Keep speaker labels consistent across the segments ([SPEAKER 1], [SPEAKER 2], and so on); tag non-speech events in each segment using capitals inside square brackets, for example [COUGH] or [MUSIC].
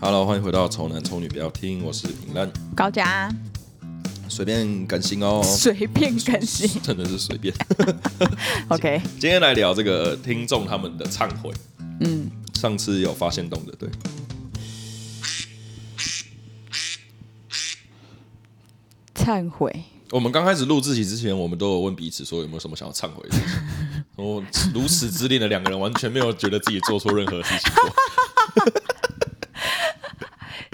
[SPEAKER 1] Hello，欢迎回到《丑男丑女不要听》，我是平烂，
[SPEAKER 2] 高佳，
[SPEAKER 1] 随便感性哦，
[SPEAKER 2] 随便更
[SPEAKER 1] [LAUGHS]
[SPEAKER 2] 新
[SPEAKER 1] 真的是随便。
[SPEAKER 2] ，OK，
[SPEAKER 1] 今天来聊这个听众他们的忏悔，
[SPEAKER 2] 嗯，
[SPEAKER 1] 上次有发现动的，对，
[SPEAKER 2] 忏悔，
[SPEAKER 1] 我们刚开始录自己之前，我们都有问彼此说有没有什么想要忏悔的事情。
[SPEAKER 2] [LAUGHS]
[SPEAKER 1] 我如此之恋的两个人，完全没有觉得自己做错任何事情过。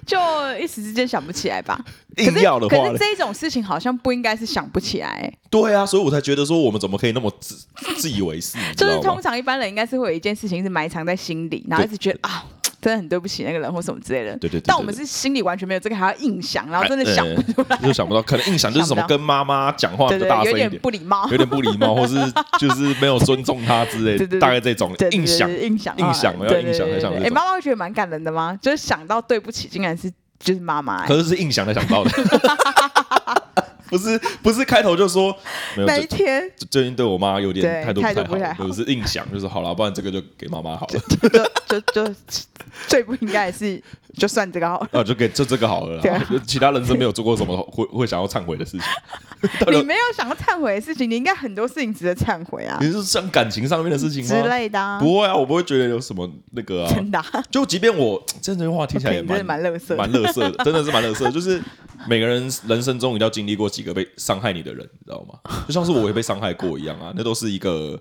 [SPEAKER 2] 就一时之间想不起来吧。 [LAUGHS] 可
[SPEAKER 1] 硬
[SPEAKER 2] 是
[SPEAKER 1] 要的话嘞
[SPEAKER 2] 可是这种事情好像不应该是想不起来，
[SPEAKER 1] 对啊，所以我才觉得说我们怎么可以那么自 [LAUGHS] 自以为是，你知
[SPEAKER 2] 就是
[SPEAKER 1] 道吗
[SPEAKER 2] 通？常一般人应该是会有一件事情是埋藏在心里，然后一直觉得啊。真的很对不起那个人或什么之类的，
[SPEAKER 1] 对对对对
[SPEAKER 2] 但我们是心里完全没有这个，还要硬想，然后真的想不出来，
[SPEAKER 1] 哎哎就想不到，可能硬想就是什么
[SPEAKER 2] 想不到
[SPEAKER 1] 跟妈妈讲话
[SPEAKER 2] [LAUGHS] 对
[SPEAKER 1] 的
[SPEAKER 2] 对
[SPEAKER 1] 大声
[SPEAKER 2] 对，有
[SPEAKER 1] 一点，
[SPEAKER 2] 点不礼貌，
[SPEAKER 1] 有点不礼貌，或是就是没有尊重他之类的，
[SPEAKER 2] 对对对
[SPEAKER 1] 大概这种
[SPEAKER 2] [LAUGHS] 对对对
[SPEAKER 1] 印象。
[SPEAKER 2] 对印象，
[SPEAKER 1] 印象
[SPEAKER 2] 啊
[SPEAKER 1] 我要
[SPEAKER 2] 对对
[SPEAKER 1] 印象
[SPEAKER 2] 对
[SPEAKER 1] 才想这
[SPEAKER 2] 对对哎，
[SPEAKER 1] 种
[SPEAKER 2] 妈妈会觉得蛮感人的吗？就是想到对不起，竟然是就是妈妈，哎
[SPEAKER 1] 可是是硬想才想到的， [LAUGHS] 不是不是开头就说没有
[SPEAKER 2] 那
[SPEAKER 1] 最
[SPEAKER 2] 一天
[SPEAKER 1] 最近对我妈有点
[SPEAKER 2] 对
[SPEAKER 1] 态度
[SPEAKER 2] 态度
[SPEAKER 1] 不
[SPEAKER 2] 不
[SPEAKER 1] 太
[SPEAKER 2] 太
[SPEAKER 1] 好，
[SPEAKER 2] 好
[SPEAKER 1] 我是硬想就是好了，不然这个就给妈妈好了，
[SPEAKER 2] 就就就最不应该的是就算这个好了。
[SPEAKER 1] 啊就给就这个好了
[SPEAKER 2] 对
[SPEAKER 1] 啦
[SPEAKER 2] 啊。
[SPEAKER 1] 就其他人生没有做过什么会会想要忏悔的事情，到
[SPEAKER 2] 你
[SPEAKER 1] 底
[SPEAKER 2] 没有想要忏悔的事情，你应该很多事情值得忏悔啊
[SPEAKER 1] 你是像感情上面的事情
[SPEAKER 2] 之
[SPEAKER 1] 吗？
[SPEAKER 2] 类的、啊。
[SPEAKER 1] 不会啊，我不会觉得有什么那个啊，
[SPEAKER 2] 真的、啊，
[SPEAKER 1] 就即便我这句话听起来也
[SPEAKER 2] OK，你真的
[SPEAKER 1] 蛮
[SPEAKER 2] 蛮乐色。
[SPEAKER 1] 蛮乐色的，真的是蛮乐
[SPEAKER 2] [LAUGHS]
[SPEAKER 1] 色的。就是每个人人生中一定要经历过几个被伤害你的人，你知道吗？就像是我也被伤害过一样
[SPEAKER 2] [LAUGHS]
[SPEAKER 1] 啊，那都是一个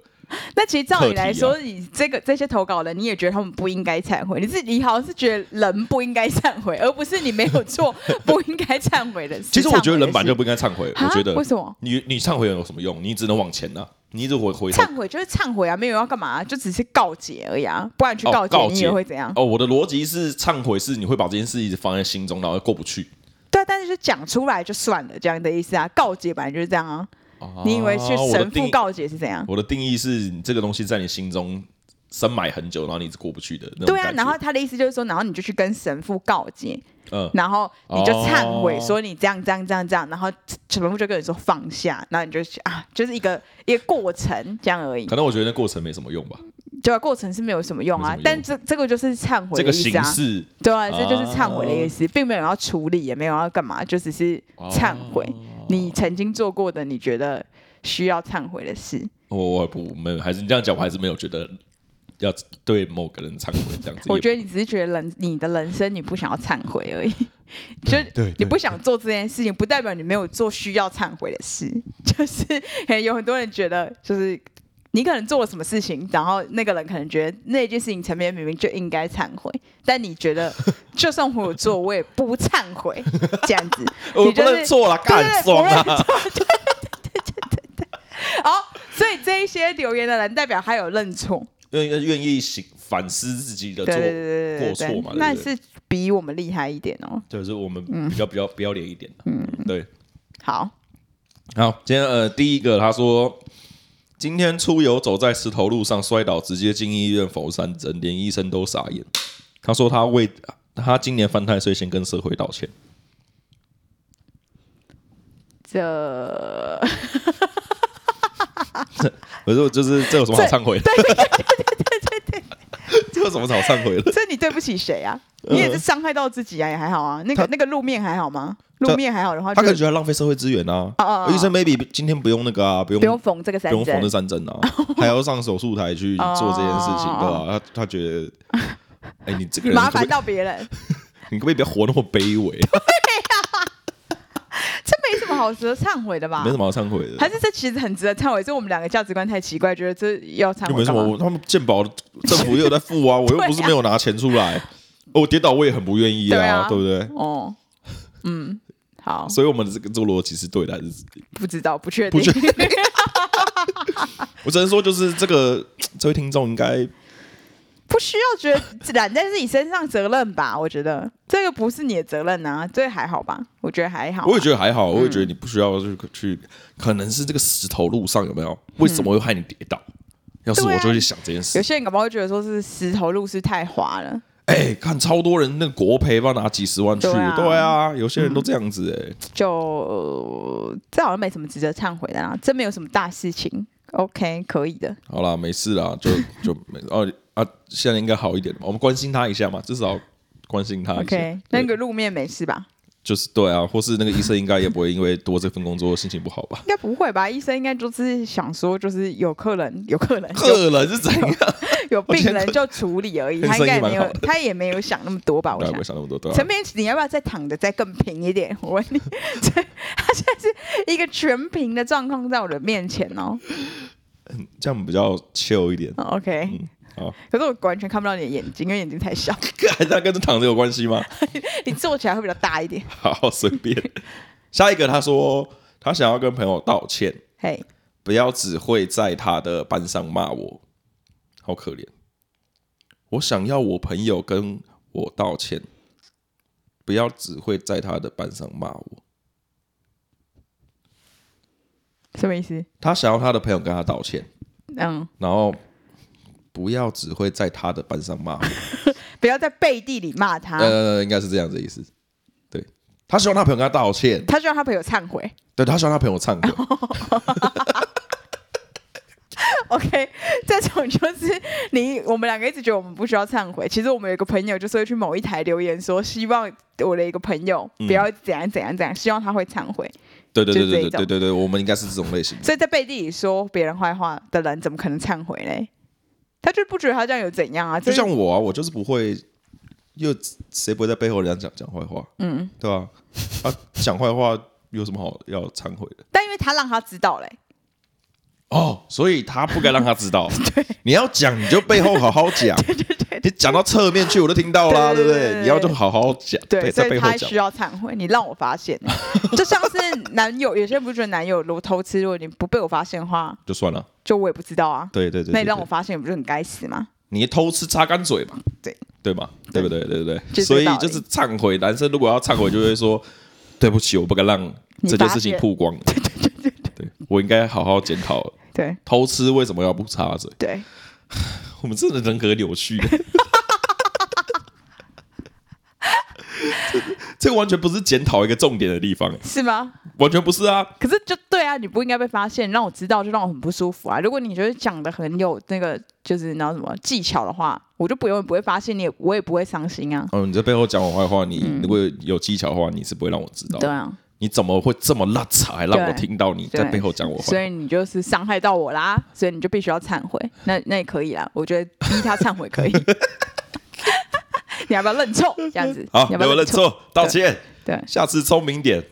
[SPEAKER 2] 那其实照你来
[SPEAKER 1] 课
[SPEAKER 2] 说，你这个这些投稿人，你也觉得他们不应该忏悔，你自己好像是觉得人不应该忏悔，而不是你没有
[SPEAKER 1] [LAUGHS]
[SPEAKER 2] 做不应该忏悔的事。
[SPEAKER 1] 其实我觉得人本来就
[SPEAKER 2] 忏
[SPEAKER 1] 不应该忏悔，
[SPEAKER 2] 悔的事
[SPEAKER 1] 我觉得
[SPEAKER 2] 啊为什么？
[SPEAKER 1] 你你忏悔有什么用？你只能往前呐、啊你一直回回头。哦
[SPEAKER 2] 忏悔就是忏悔啊，没有要干嘛、就只是告解而已啊，不然去
[SPEAKER 1] 哦
[SPEAKER 2] 告解、
[SPEAKER 1] 告
[SPEAKER 2] 你
[SPEAKER 1] 解
[SPEAKER 2] 也会怎样？
[SPEAKER 1] 哦，我的逻辑是忏悔是你会把这件事一直放在心中，然后过不去。
[SPEAKER 2] 对啊，但是就讲出来就算了，这样的意思啊。告解本来就是这样啊。
[SPEAKER 1] 啊
[SPEAKER 2] [LAUGHS] 你以为去
[SPEAKER 1] 我的
[SPEAKER 2] 神
[SPEAKER 1] 定
[SPEAKER 2] 父
[SPEAKER 1] 义？
[SPEAKER 2] 告解是怎样？
[SPEAKER 1] 我的定义是你这个东西在你心中深埋很久，然后你一直过不去的那种
[SPEAKER 2] 对啊，
[SPEAKER 1] 感觉
[SPEAKER 2] 然后他的意思就是说，然后你就去跟神父告解，
[SPEAKER 1] 嗯，
[SPEAKER 2] 然后你就忏悔
[SPEAKER 1] 哦
[SPEAKER 2] 说你这样这样这样这样，然后神父就跟你说放下，然后你就啊，就是一个一个过程这样而已
[SPEAKER 1] 可，能我觉得那过程没什么用吧。
[SPEAKER 2] 对啊，过程是没有什么用
[SPEAKER 1] 没
[SPEAKER 2] 啊，
[SPEAKER 1] 什么用
[SPEAKER 2] 但这这个就是忏悔
[SPEAKER 1] 这
[SPEAKER 2] 的
[SPEAKER 1] 个
[SPEAKER 2] 意思
[SPEAKER 1] 形
[SPEAKER 2] 啊，
[SPEAKER 1] 式啊
[SPEAKER 2] 对啊，这就是忏悔的意思，并没有要处理，也没有要干嘛，就只是忏悔
[SPEAKER 1] 哦
[SPEAKER 2] 你曾经做过的，你觉得需要忏悔的事。
[SPEAKER 1] 我我不没有，还是你这样讲，我还是没有觉得要对某个人忏悔这样子。
[SPEAKER 2] 我觉
[SPEAKER 1] 得
[SPEAKER 2] 得你只是觉得人你的人生你不想要忏悔而已，就
[SPEAKER 1] 对对
[SPEAKER 2] 你不想做这件事情，不代表你没有做需要忏悔的事。就是嘿有很多人觉得，就是你可能做了什么事情，然后那个人可能觉得那件事情层面明明就应该忏悔，但你觉得就算我有做，我也不忏悔，这样子。
[SPEAKER 1] 呃我
[SPEAKER 2] 你
[SPEAKER 1] 不
[SPEAKER 2] 就是
[SPEAKER 1] 能错了，
[SPEAKER 2] 对
[SPEAKER 1] 干爽啊！！
[SPEAKER 2] 对对我认错对对对对对对好，所以这一些留言的人代表他有认错，
[SPEAKER 1] 愿意愿意醒反思自己的
[SPEAKER 2] 对对
[SPEAKER 1] 错，
[SPEAKER 2] 对对
[SPEAKER 1] 做
[SPEAKER 2] 对对，
[SPEAKER 1] 过错嘛对不对
[SPEAKER 2] 那是比我们厉害一点哦。
[SPEAKER 1] 就是我们比较比较不要脸一点。嗯，对。
[SPEAKER 2] 好，
[SPEAKER 1] 好，今天呃第一个他说。今天出游走在石头路上摔倒，直接进医院缝三针，连医生都傻眼。他说他为他今年犯太岁，先跟社会道歉。
[SPEAKER 2] [LAUGHS] 这
[SPEAKER 1] 可是我就是这有什么好忏悔的？
[SPEAKER 2] [LAUGHS]
[SPEAKER 1] 对对对对对这有什么好忏悔的？
[SPEAKER 2] 这你对不起谁啊？
[SPEAKER 1] 呃
[SPEAKER 2] 你也是伤害到自己啊，也还好啊。那个那个路面还好吗？路面还好的话，
[SPEAKER 1] 他可
[SPEAKER 2] 就
[SPEAKER 1] 能觉得浪费社会资源啊。
[SPEAKER 2] 哦哦哦
[SPEAKER 1] 医生 maybe 今天不用那个啊，不用
[SPEAKER 2] 不用缝这个三
[SPEAKER 1] 不用缝
[SPEAKER 2] 针哦
[SPEAKER 1] 那。三针
[SPEAKER 2] [LAUGHS]
[SPEAKER 1] 啊，还要上手术台去做这件事情，对吧、他他觉得，哎、你这个人
[SPEAKER 2] 麻
[SPEAKER 1] 可不可
[SPEAKER 2] 烦
[SPEAKER 1] 以，
[SPEAKER 2] 到别人，
[SPEAKER 1] 你可不可以不要活那么卑微？啊
[SPEAKER 2] 这没什么好值得忏悔的吧
[SPEAKER 1] 没？什么好忏悔的，
[SPEAKER 2] 啊还是这其实很值得忏悔，是我们两个价值观太奇怪，觉得这要忏
[SPEAKER 1] 又
[SPEAKER 2] 悔
[SPEAKER 1] 没什
[SPEAKER 2] 干
[SPEAKER 1] 么
[SPEAKER 2] 嘛。
[SPEAKER 1] 我，他们健保政府也有在付
[SPEAKER 2] [LAUGHS]
[SPEAKER 1] 啊，我又不是没有拿钱出来。哦我跌倒我也很不愿意
[SPEAKER 2] 对
[SPEAKER 1] 啊，
[SPEAKER 2] 啊
[SPEAKER 1] 对不对？
[SPEAKER 2] 哦，嗯，好，
[SPEAKER 1] 所以我们的这个这个逻辑是对的，还是
[SPEAKER 2] 不知道，不确
[SPEAKER 1] 不
[SPEAKER 2] 定
[SPEAKER 1] 确。我只能说就是这个这位听众应该
[SPEAKER 2] 不需要觉得揽在自己身上责任吧？我
[SPEAKER 1] [LAUGHS]
[SPEAKER 2] 觉得这个不是你的责任啊，这个还好吧？我觉得还好啊。
[SPEAKER 1] 我也觉得还好，我也觉得你不需要去去，可能是这个石头路上有没有？为什么会害你跌倒？要是
[SPEAKER 2] 对
[SPEAKER 1] 我
[SPEAKER 2] 啊
[SPEAKER 1] 就会去想这件
[SPEAKER 2] 有
[SPEAKER 1] 事。
[SPEAKER 2] 些人搞不好会觉得说是石头路是太滑了，
[SPEAKER 1] 哎，看超多人那个国赔，不知道拿几十万去，
[SPEAKER 2] 对啊嗯
[SPEAKER 1] 对啊，有些人都这样子哎。
[SPEAKER 2] 就、呃这好像没什么值得忏悔的啦，这没有什么大事情。OK，可以的。
[SPEAKER 1] 好啊啦，没事啦，就就没哦啊，现在应该好一点了嘛。我们关心他一下嘛，至少关心他一下。
[SPEAKER 2] OK，
[SPEAKER 1] 对
[SPEAKER 2] 那个路面没事吧？
[SPEAKER 1] 就是对啊，或是那个医生应该也不会因为多这份工作心情不好吧？
[SPEAKER 2] [LAUGHS] 应该不会吧？医生应该就是想说，就是有客人，有
[SPEAKER 1] [LAUGHS]
[SPEAKER 2] 客人，有
[SPEAKER 1] 客人是怎样？
[SPEAKER 2] 有
[SPEAKER 1] 我
[SPEAKER 2] 病
[SPEAKER 1] 觉得
[SPEAKER 2] 人就处理而已，
[SPEAKER 1] 那个
[SPEAKER 2] 他应该也没
[SPEAKER 1] 生意蛮
[SPEAKER 2] 有
[SPEAKER 1] 好的，
[SPEAKER 2] 他也没有想那么多吧？我
[SPEAKER 1] 大家 [LAUGHS] 不
[SPEAKER 2] 想
[SPEAKER 1] 会。想那么多，对吧、啊
[SPEAKER 2] 陈明，你要不要再躺的再更平一点？我问
[SPEAKER 1] [LAUGHS]
[SPEAKER 2] 你，这他现在是一个全平的状况在我的面前哦。
[SPEAKER 1] 这样比较 chill 一点。 [LAUGHS]
[SPEAKER 2] 哦 OK，、
[SPEAKER 1] 嗯好，
[SPEAKER 2] 可是我完全看不到你的眼睛，因为眼睛太小，
[SPEAKER 1] 看他跟这躺着有关系吗？
[SPEAKER 2] 你坐起来会比较大一点。
[SPEAKER 1] 好，随便。下一个，他说他想要跟朋友道歉，
[SPEAKER 2] 嘿，
[SPEAKER 1] 不要只会在他的班上骂我，好可怜。我想要我朋友跟我道歉，不要只会在他的班上骂我。
[SPEAKER 2] 什么意思？
[SPEAKER 1] 他想要他的朋友跟他道歉，
[SPEAKER 2] 嗯，
[SPEAKER 1] 然后不要只会在他的班上骂我。
[SPEAKER 2] 不要在背地里骂他。
[SPEAKER 1] 呃，应该是这样子的意思。对，他希望他朋友跟他道歉，
[SPEAKER 2] 他希望他朋友忏悔。 [LAUGHS]
[SPEAKER 1] 对他希望他朋友忏悔。
[SPEAKER 2] 哦 OK，这种就是你我们两个一直觉得我们不需要忏悔。其实我们有一个朋友就是会去某一台留言说，希望我的一个朋友不
[SPEAKER 1] 嗯
[SPEAKER 2] 要怎样怎样怎样，希望他会忏悔。
[SPEAKER 1] 对对对
[SPEAKER 2] 就这
[SPEAKER 1] 对
[SPEAKER 2] 一
[SPEAKER 1] 对
[SPEAKER 2] 种
[SPEAKER 1] 对对对，我们应该是这种类型。
[SPEAKER 2] 所以在背地里说别人坏话的人，怎么可能忏悔嘞？他就不觉得他这样有怎样啊？
[SPEAKER 1] 就
[SPEAKER 2] 这
[SPEAKER 1] 像我啊，我就是不会，又谁不会在背后人家讲讲坏话？嗯，对吧、啊？讲坏话有什么好要忏悔的？
[SPEAKER 2] 但因为他让他知道嘞，
[SPEAKER 1] 哦，所以他不该让他知
[SPEAKER 2] [LAUGHS]
[SPEAKER 1] 道。你要讲你就背后好好讲，你讲到侧面去我都听到啦，
[SPEAKER 2] 对
[SPEAKER 1] 对
[SPEAKER 2] 对
[SPEAKER 1] 不
[SPEAKER 2] 对
[SPEAKER 1] 对？你要就好好讲，
[SPEAKER 2] 对，所
[SPEAKER 1] 在
[SPEAKER 2] 以
[SPEAKER 1] 背后
[SPEAKER 2] 他
[SPEAKER 1] 讲
[SPEAKER 2] 需。要忏悔。你让我发现
[SPEAKER 1] [LAUGHS]
[SPEAKER 2] 欸，就像是男友，有些人不是觉得男友如果偷吃，如果你不被我发现的话，
[SPEAKER 1] 就算了，
[SPEAKER 2] 就我也不知道啊。
[SPEAKER 1] 对对对
[SPEAKER 2] 那
[SPEAKER 1] 对
[SPEAKER 2] 你
[SPEAKER 1] 对
[SPEAKER 2] 让我发现，你不是很该死吗？
[SPEAKER 1] 你偷吃擦干嘴嘛，
[SPEAKER 2] 对
[SPEAKER 1] 对嘛，对不对？对对
[SPEAKER 2] 就
[SPEAKER 1] 对，
[SPEAKER 2] 是
[SPEAKER 1] 所以
[SPEAKER 2] 道理
[SPEAKER 1] 就是忏悔，男生如果要忏悔，就会说 [LAUGHS] 对不起，我不该让
[SPEAKER 2] 你
[SPEAKER 1] 这件
[SPEAKER 2] 发
[SPEAKER 1] 事情
[SPEAKER 2] 现
[SPEAKER 1] 曝
[SPEAKER 2] [LAUGHS]
[SPEAKER 1] 光，对对对对，我应该好好检讨
[SPEAKER 2] 对
[SPEAKER 1] 偷吃为什么要不插嘴？ [LAUGHS]
[SPEAKER 2] 对，
[SPEAKER 1] 我们真的人格扭曲。 [LAUGHS] 这这完全不是检讨一个重点的地方，
[SPEAKER 2] 是吗？
[SPEAKER 1] 完全不是啊！
[SPEAKER 2] 可是就对啊，你不应该被发现，让我知道就让我很不舒服啊。如果你觉得讲的很有那个，就是然后什么技巧的话，我就不用不会发现你也，我也不会伤心啊。
[SPEAKER 1] 哦，你在背后讲我坏话，你如果有技巧的话，你是不会让我知道的。
[SPEAKER 2] 嗯对啊，
[SPEAKER 1] 你怎么会这么邋遢，还让我
[SPEAKER 2] 对
[SPEAKER 1] 听到你在
[SPEAKER 2] 对
[SPEAKER 1] 背后讲我坏话？
[SPEAKER 2] 所以你就是伤害到我啦，所以你就必须要忏悔。那那也可以啦，我觉得逼他忏悔可以。你要不要认错？这样子，
[SPEAKER 1] 好，
[SPEAKER 2] 你
[SPEAKER 1] 没
[SPEAKER 2] 要不要
[SPEAKER 1] 有认？错，道歉，
[SPEAKER 2] 对，
[SPEAKER 1] 下次聪明点。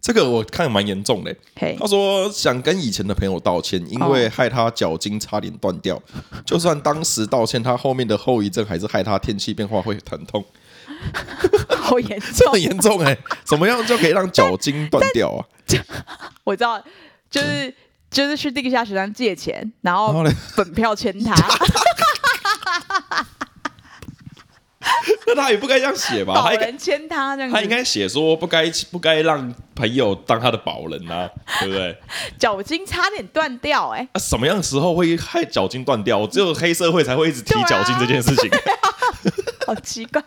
[SPEAKER 1] 这个我看蛮严重的、
[SPEAKER 2] 嘿
[SPEAKER 1] 他，说想跟以前的朋友道歉，因
[SPEAKER 2] 哦
[SPEAKER 1] 为害他脚筋差点断
[SPEAKER 2] [LAUGHS]
[SPEAKER 1] 掉。就算当时道歉，他后面的后遗症还是害他天气变化会疼痛，
[SPEAKER 2] 好严重，
[SPEAKER 1] 这很严重哎、怎么样就可以让脚筋断掉
[SPEAKER 2] [LAUGHS]
[SPEAKER 1] 啊？
[SPEAKER 2] 我知道，就是就是去地下学堂借钱，然
[SPEAKER 1] 然后
[SPEAKER 2] 后
[SPEAKER 1] 呢，
[SPEAKER 2] 本票签
[SPEAKER 1] [LAUGHS]
[SPEAKER 2] 他，
[SPEAKER 1] 那他也不该这样写吧？
[SPEAKER 2] 保
[SPEAKER 1] 他应该
[SPEAKER 2] 人签他这样
[SPEAKER 1] 他应
[SPEAKER 2] 子。
[SPEAKER 1] 该写说不该不该让朋友当他的保人啊，对不对？
[SPEAKER 2] 脚筋差点断掉、哎，
[SPEAKER 1] 啊，什么样的时候会害脚筋断掉？只有黑社会才会一直提
[SPEAKER 2] 对啊
[SPEAKER 1] 脚筋这件事情。
[SPEAKER 2] [LAUGHS] 好奇怪。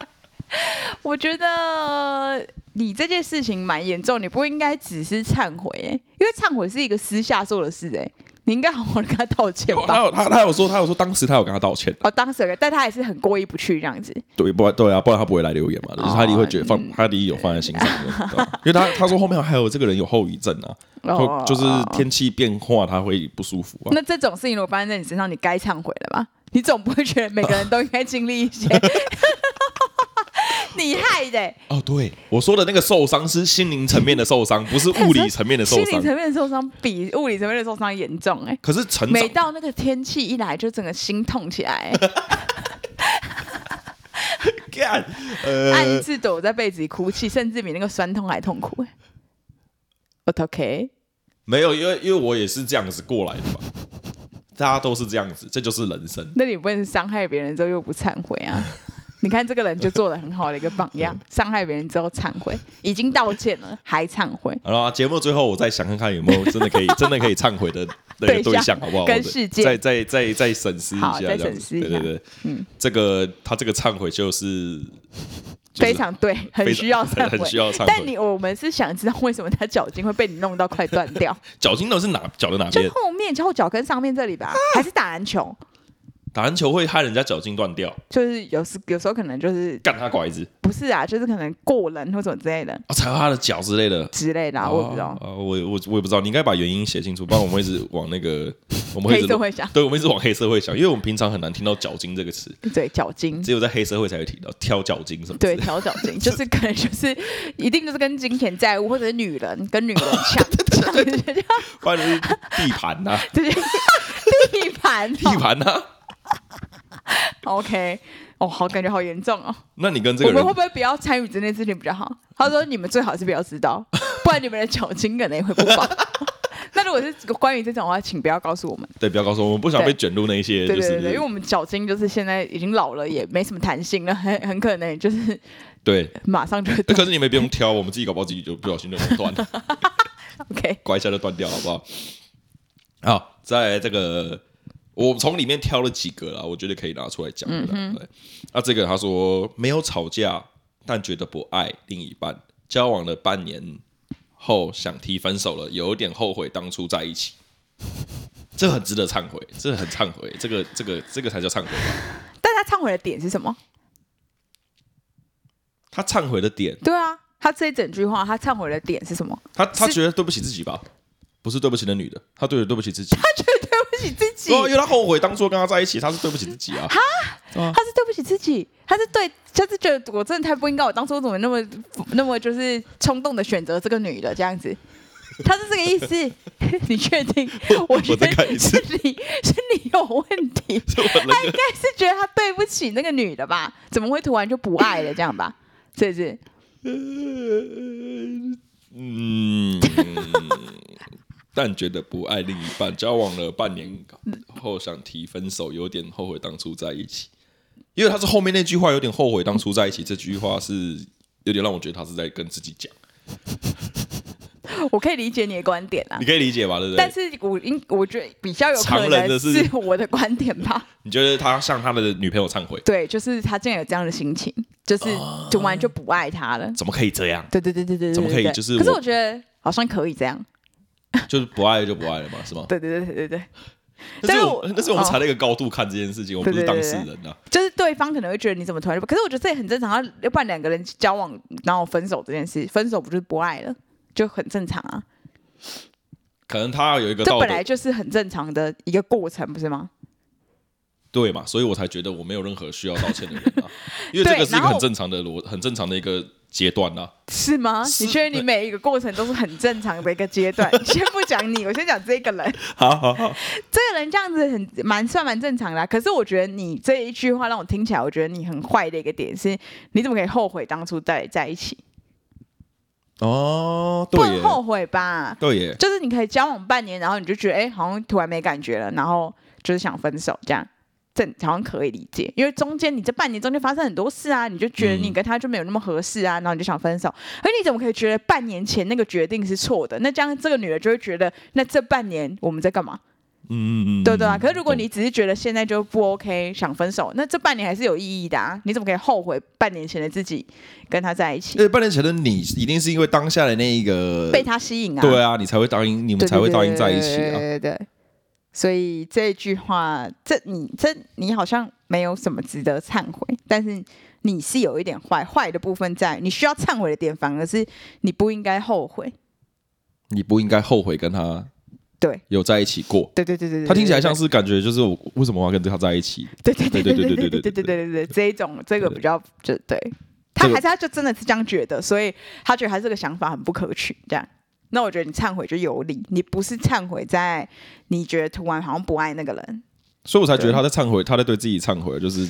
[SPEAKER 2] 我觉得你这件事情蛮严重，你不应该只是忏悔、哎，因为忏悔是一个私下做的事、哎，你应该好好的跟他道歉
[SPEAKER 1] [LAUGHS] 有他
[SPEAKER 2] 吧。
[SPEAKER 1] 有他他有说他有说当时他有跟他道歉，
[SPEAKER 2] 哦，当时有个，但他也是很过意不去这样子。
[SPEAKER 1] 对，不然对啊，不然他不会来留言嘛，就是他一定会觉得放、
[SPEAKER 2] 嗯
[SPEAKER 1] 他一定有放在心上的，对吧因为他他说后面还有这个人有后遗症啊，
[SPEAKER 2] [LAUGHS] 哦
[SPEAKER 1] 就就是天气变化他会不舒服啊，
[SPEAKER 2] 那这种事情如果发生在你身上，你该忏悔了吧？你总不会觉得每个人都应该经历一些 [LAUGHS] 你害的、欸
[SPEAKER 1] 哦，对，我说的那个受伤是心灵层面的受伤，不是物理层面的受
[SPEAKER 2] [LAUGHS] 心理
[SPEAKER 1] 伤，
[SPEAKER 2] 层面的受伤比物理层面的受伤严重哎、
[SPEAKER 1] 可是成
[SPEAKER 2] 每
[SPEAKER 1] 长
[SPEAKER 2] 到那个天气一来，就整个心痛起来、欸，
[SPEAKER 1] 干呃
[SPEAKER 2] [LAUGHS] 暗自躲在被子里哭泣，甚至比那个酸痛还痛苦、欸。我 OK，
[SPEAKER 1] 没有，因为因为我也是这样子过来的嘛，大家都是这样子，这就是人生。
[SPEAKER 2] 那你不能伤害别人之后又不忏悔啊？ [LAUGHS] 你看这个人就做了很好的一个榜样，
[SPEAKER 1] [LAUGHS]
[SPEAKER 2] 伤害别人之后忏悔，已经道歉了还忏悔，
[SPEAKER 1] 好了，节目最后我再想看看有没有真的可以真的可以忏悔的那个对
[SPEAKER 2] [LAUGHS] 对
[SPEAKER 1] 象，
[SPEAKER 2] 象
[SPEAKER 1] 好不好？
[SPEAKER 2] 跟
[SPEAKER 1] 我再
[SPEAKER 2] 世界
[SPEAKER 1] 再 [LAUGHS] 再再再审视一下，
[SPEAKER 2] 好
[SPEAKER 1] 这样
[SPEAKER 2] 再审
[SPEAKER 1] 子。
[SPEAKER 2] 视一
[SPEAKER 1] 对
[SPEAKER 2] 下
[SPEAKER 1] 对对，
[SPEAKER 2] 嗯
[SPEAKER 1] 这个他这个忏悔就是
[SPEAKER 2] 非常对，很需要忏
[SPEAKER 1] 很很需
[SPEAKER 2] 悔。
[SPEAKER 1] 要忏
[SPEAKER 2] 但
[SPEAKER 1] 悔。
[SPEAKER 2] 你我们是想知道为什么他脚筋会被你弄到快断
[SPEAKER 1] [LAUGHS]
[SPEAKER 2] 掉？
[SPEAKER 1] 脚筋到底是哪脚的哪
[SPEAKER 2] 就
[SPEAKER 1] 边？啊
[SPEAKER 2] 后面后脚跟上面这里吧，还是打篮球？
[SPEAKER 1] 打篮球会害人家脚筋断掉，
[SPEAKER 2] 就是有时有时候可能就是
[SPEAKER 1] 干他拐子
[SPEAKER 2] 不是啊，就是可能过人或什么之类的
[SPEAKER 1] 啊，踩到他的脚之类的。
[SPEAKER 2] 之类的啊、我也不知道。
[SPEAKER 1] 啊，我我我也不知道，你应该把原因写清楚，不然我们会一直往那
[SPEAKER 2] [LAUGHS]
[SPEAKER 1] 个我们会一
[SPEAKER 2] 黑
[SPEAKER 1] 直
[SPEAKER 2] 社会想
[SPEAKER 1] 对，我们一直往黑社会想，因为我们平常很难听到脚筋这个词，
[SPEAKER 2] 对脚筋， [LAUGHS]
[SPEAKER 1] 只有在黑社会才会提到挑脚筋什么之类
[SPEAKER 2] 对
[SPEAKER 1] 的。
[SPEAKER 2] 调脚筋，就是可能就是一定就是跟金钱债务或者是女人跟女人
[SPEAKER 1] 哦
[SPEAKER 2] 抢抢这
[SPEAKER 1] 不然就是地盘呐、
[SPEAKER 2] 些 [LAUGHS] 地盘
[SPEAKER 1] 地
[SPEAKER 2] 哦、
[SPEAKER 1] 盘呐、
[SPEAKER 2] OK，哦，好，感觉好严重哦。
[SPEAKER 1] 那你跟这
[SPEAKER 2] 我
[SPEAKER 1] 个
[SPEAKER 2] 们
[SPEAKER 1] 人
[SPEAKER 2] 会不会不要参与这件事情比较好？他说你们最好是不要
[SPEAKER 1] [LAUGHS]
[SPEAKER 2] 知道，不然你们的脚筋可能也会不保。 [LAUGHS] 那如果是关于这种的话，请不要告诉我们。
[SPEAKER 1] 对，不要告诉我，我们不想
[SPEAKER 2] 对
[SPEAKER 1] 被卷入那一些
[SPEAKER 2] 对
[SPEAKER 1] 就
[SPEAKER 2] 对对
[SPEAKER 1] 是
[SPEAKER 2] 对，因为我们脚筋就是现在已经老了，也没什么弹性了，很很可能就是
[SPEAKER 1] 对。
[SPEAKER 2] 马上就会
[SPEAKER 1] 那可是你们也不用挑，我们自己搞不好自己就不小心就断了，
[SPEAKER 2] [LAUGHS] OK。
[SPEAKER 1] 拐一下就断掉，好不好？好，在这个我从里面挑了几个啦，我觉得可以拿出来讲的啦。对，那这个他说没有吵架，但觉得不爱另一半，交往了半年后想提分手了，有点后悔当初在一起。这很值得忏悔，这很忏悔，这个这个这个才叫忏悔。
[SPEAKER 2] 但他忏悔的点是什么？
[SPEAKER 1] 他忏悔的点，
[SPEAKER 2] 对啊，他这一整句话，他忏悔的点是什么？
[SPEAKER 1] 他他
[SPEAKER 2] 是
[SPEAKER 1] 觉得对不起自己吧，不是对不起那女的，他对对不起自己。
[SPEAKER 2] 他觉得 [LAUGHS] 对不起自己，
[SPEAKER 1] 哦，因为他后悔当初跟他在一起，他是对不起自己啊。
[SPEAKER 2] 他是对不起自己，他是对，他是觉得我真的太不应该，我当初怎么那么那么就是冲动的选择这个女的这样子。他是这个意思， [LAUGHS] 你确定？我
[SPEAKER 1] [LAUGHS]
[SPEAKER 2] 觉
[SPEAKER 1] 我再
[SPEAKER 2] 得
[SPEAKER 1] 看一次
[SPEAKER 2] 是你是你有问
[SPEAKER 1] [LAUGHS]
[SPEAKER 2] 题，
[SPEAKER 1] 这我
[SPEAKER 2] 他应
[SPEAKER 1] 那个，
[SPEAKER 2] 该是觉得他对不起那个女的吧？怎么会突然就不爱了这样吧？是不是？
[SPEAKER 1] 嗯，但觉得不爱另一半，交往了半年后想提分手，有点后悔当初在一起。因为他是后面那句话有点后悔当初在一起，这句话是有点让我觉得他是在跟自己讲，
[SPEAKER 2] 我可以理解你的观点啊
[SPEAKER 1] 你，可以理解吧？对不
[SPEAKER 2] 但
[SPEAKER 1] 对？
[SPEAKER 2] 是我应我觉得比较有可
[SPEAKER 1] 常人
[SPEAKER 2] 能
[SPEAKER 1] 的是
[SPEAKER 2] 是我的观点吧。
[SPEAKER 1] 你觉得他向他的女朋友忏悔，
[SPEAKER 2] 对，就是他竟然有这样的心情，就是读完就不爱他了。
[SPEAKER 1] 怎么可以这样？
[SPEAKER 2] 对对对对对，对
[SPEAKER 1] 哦怎么可以
[SPEAKER 2] 对
[SPEAKER 1] 就是
[SPEAKER 2] 可是
[SPEAKER 1] 我
[SPEAKER 2] 我觉得好像可以这样。
[SPEAKER 1] 就是不爱就不爱了嘛，是吗？
[SPEAKER 2] 对对对对对对，
[SPEAKER 1] 但是
[SPEAKER 2] 但
[SPEAKER 1] 我
[SPEAKER 2] 我
[SPEAKER 1] 那是我们
[SPEAKER 2] 哦
[SPEAKER 1] 踩了一个高度看这件事情，我不是
[SPEAKER 2] 对对
[SPEAKER 1] 当
[SPEAKER 2] 对
[SPEAKER 1] 事
[SPEAKER 2] 对
[SPEAKER 1] 人呐、啊
[SPEAKER 2] 就是对方可能会觉得你怎么突然就不，可是我觉得这也很正常啊。要不然两个人交往然后分手这件事，分手不就是不爱了，就很正常啊。
[SPEAKER 1] 可能他有一个
[SPEAKER 2] 这
[SPEAKER 1] 道德
[SPEAKER 2] 本来就是很正常的一个过程，不是吗？
[SPEAKER 1] 对嘛，所以我才觉得我没有任何需要道歉的人
[SPEAKER 2] [LAUGHS]
[SPEAKER 1] 啊，因为这
[SPEAKER 2] 对
[SPEAKER 1] 个是一
[SPEAKER 2] 然
[SPEAKER 1] 个
[SPEAKER 2] 后
[SPEAKER 1] 很正常的逻，很正常的一个阶段啊呐、
[SPEAKER 2] 是吗？
[SPEAKER 1] 是
[SPEAKER 2] 你觉得你每一个过程都是很正常的一个阶段？ [LAUGHS] 先不讲你，我先讲这个人。
[SPEAKER 1] 好好好，
[SPEAKER 2] 这个人这样子很蛮算蛮正常的啊、可是我觉得你这一句话让我听起来，我觉得你很坏的一个点是，你怎么可以后悔当初在在一起？
[SPEAKER 1] 哦，
[SPEAKER 2] 不
[SPEAKER 1] 对
[SPEAKER 2] 能
[SPEAKER 1] 耶，
[SPEAKER 2] 后悔吧？
[SPEAKER 1] 对耶，
[SPEAKER 2] 就是你可以交往半年，然后你就觉得哎、诶好像突然没感觉了，然后就是想分手这样。这好像可以理解，因为中间你这半年中间发生很多事啊，你就觉得你
[SPEAKER 1] 嗯
[SPEAKER 2] 跟他就没有那么合适啊，然后你就想分手。而你怎么可以觉得半年前那个决定是错的？那这样这个女的就会觉得，那这半年我们在干嘛？
[SPEAKER 1] 嗯嗯嗯，
[SPEAKER 2] 对对啊，可是如果
[SPEAKER 1] 懂
[SPEAKER 2] 你只是觉得现在就不 OK，想分手，那这半年还是有意义的啊！你怎么可以后悔半年前的自己跟他在一起，
[SPEAKER 1] 因为半年前的哎你，一定是因为当下的那一个
[SPEAKER 2] 被他吸引啊？
[SPEAKER 1] 对
[SPEAKER 2] 啊，
[SPEAKER 1] 啊，你才会答应，你们才会答应在一起
[SPEAKER 2] 对
[SPEAKER 1] 啊。
[SPEAKER 2] 对对对对对所以这句话，这你这你好像没有什么值得忏悔，但是你是有一点坏坏的部分在，你需要忏悔的点反而是你不应该后悔。
[SPEAKER 1] 你不应该后悔跟他
[SPEAKER 2] 对
[SPEAKER 1] 有在一起过。
[SPEAKER 2] 对对对对对，
[SPEAKER 1] 他听起来像
[SPEAKER 2] 是
[SPEAKER 1] 是感觉就是我为什么我要跟他在一起？
[SPEAKER 2] 对对对
[SPEAKER 1] 对对
[SPEAKER 2] 对
[SPEAKER 1] 对
[SPEAKER 2] 对
[SPEAKER 1] 对
[SPEAKER 2] 对
[SPEAKER 1] 对
[SPEAKER 2] 对对
[SPEAKER 1] 对
[SPEAKER 2] 对对对，这一种这个比较就对，他
[SPEAKER 1] 这个
[SPEAKER 2] 还是他就真的是这样觉得，所以他觉得他这个想法很不可取，这样。那我觉得你忏悔就有理，你不是忏悔在你觉得突然好像不爱那个人，
[SPEAKER 1] 所以我才觉得他在忏悔，他在对自己忏悔，就是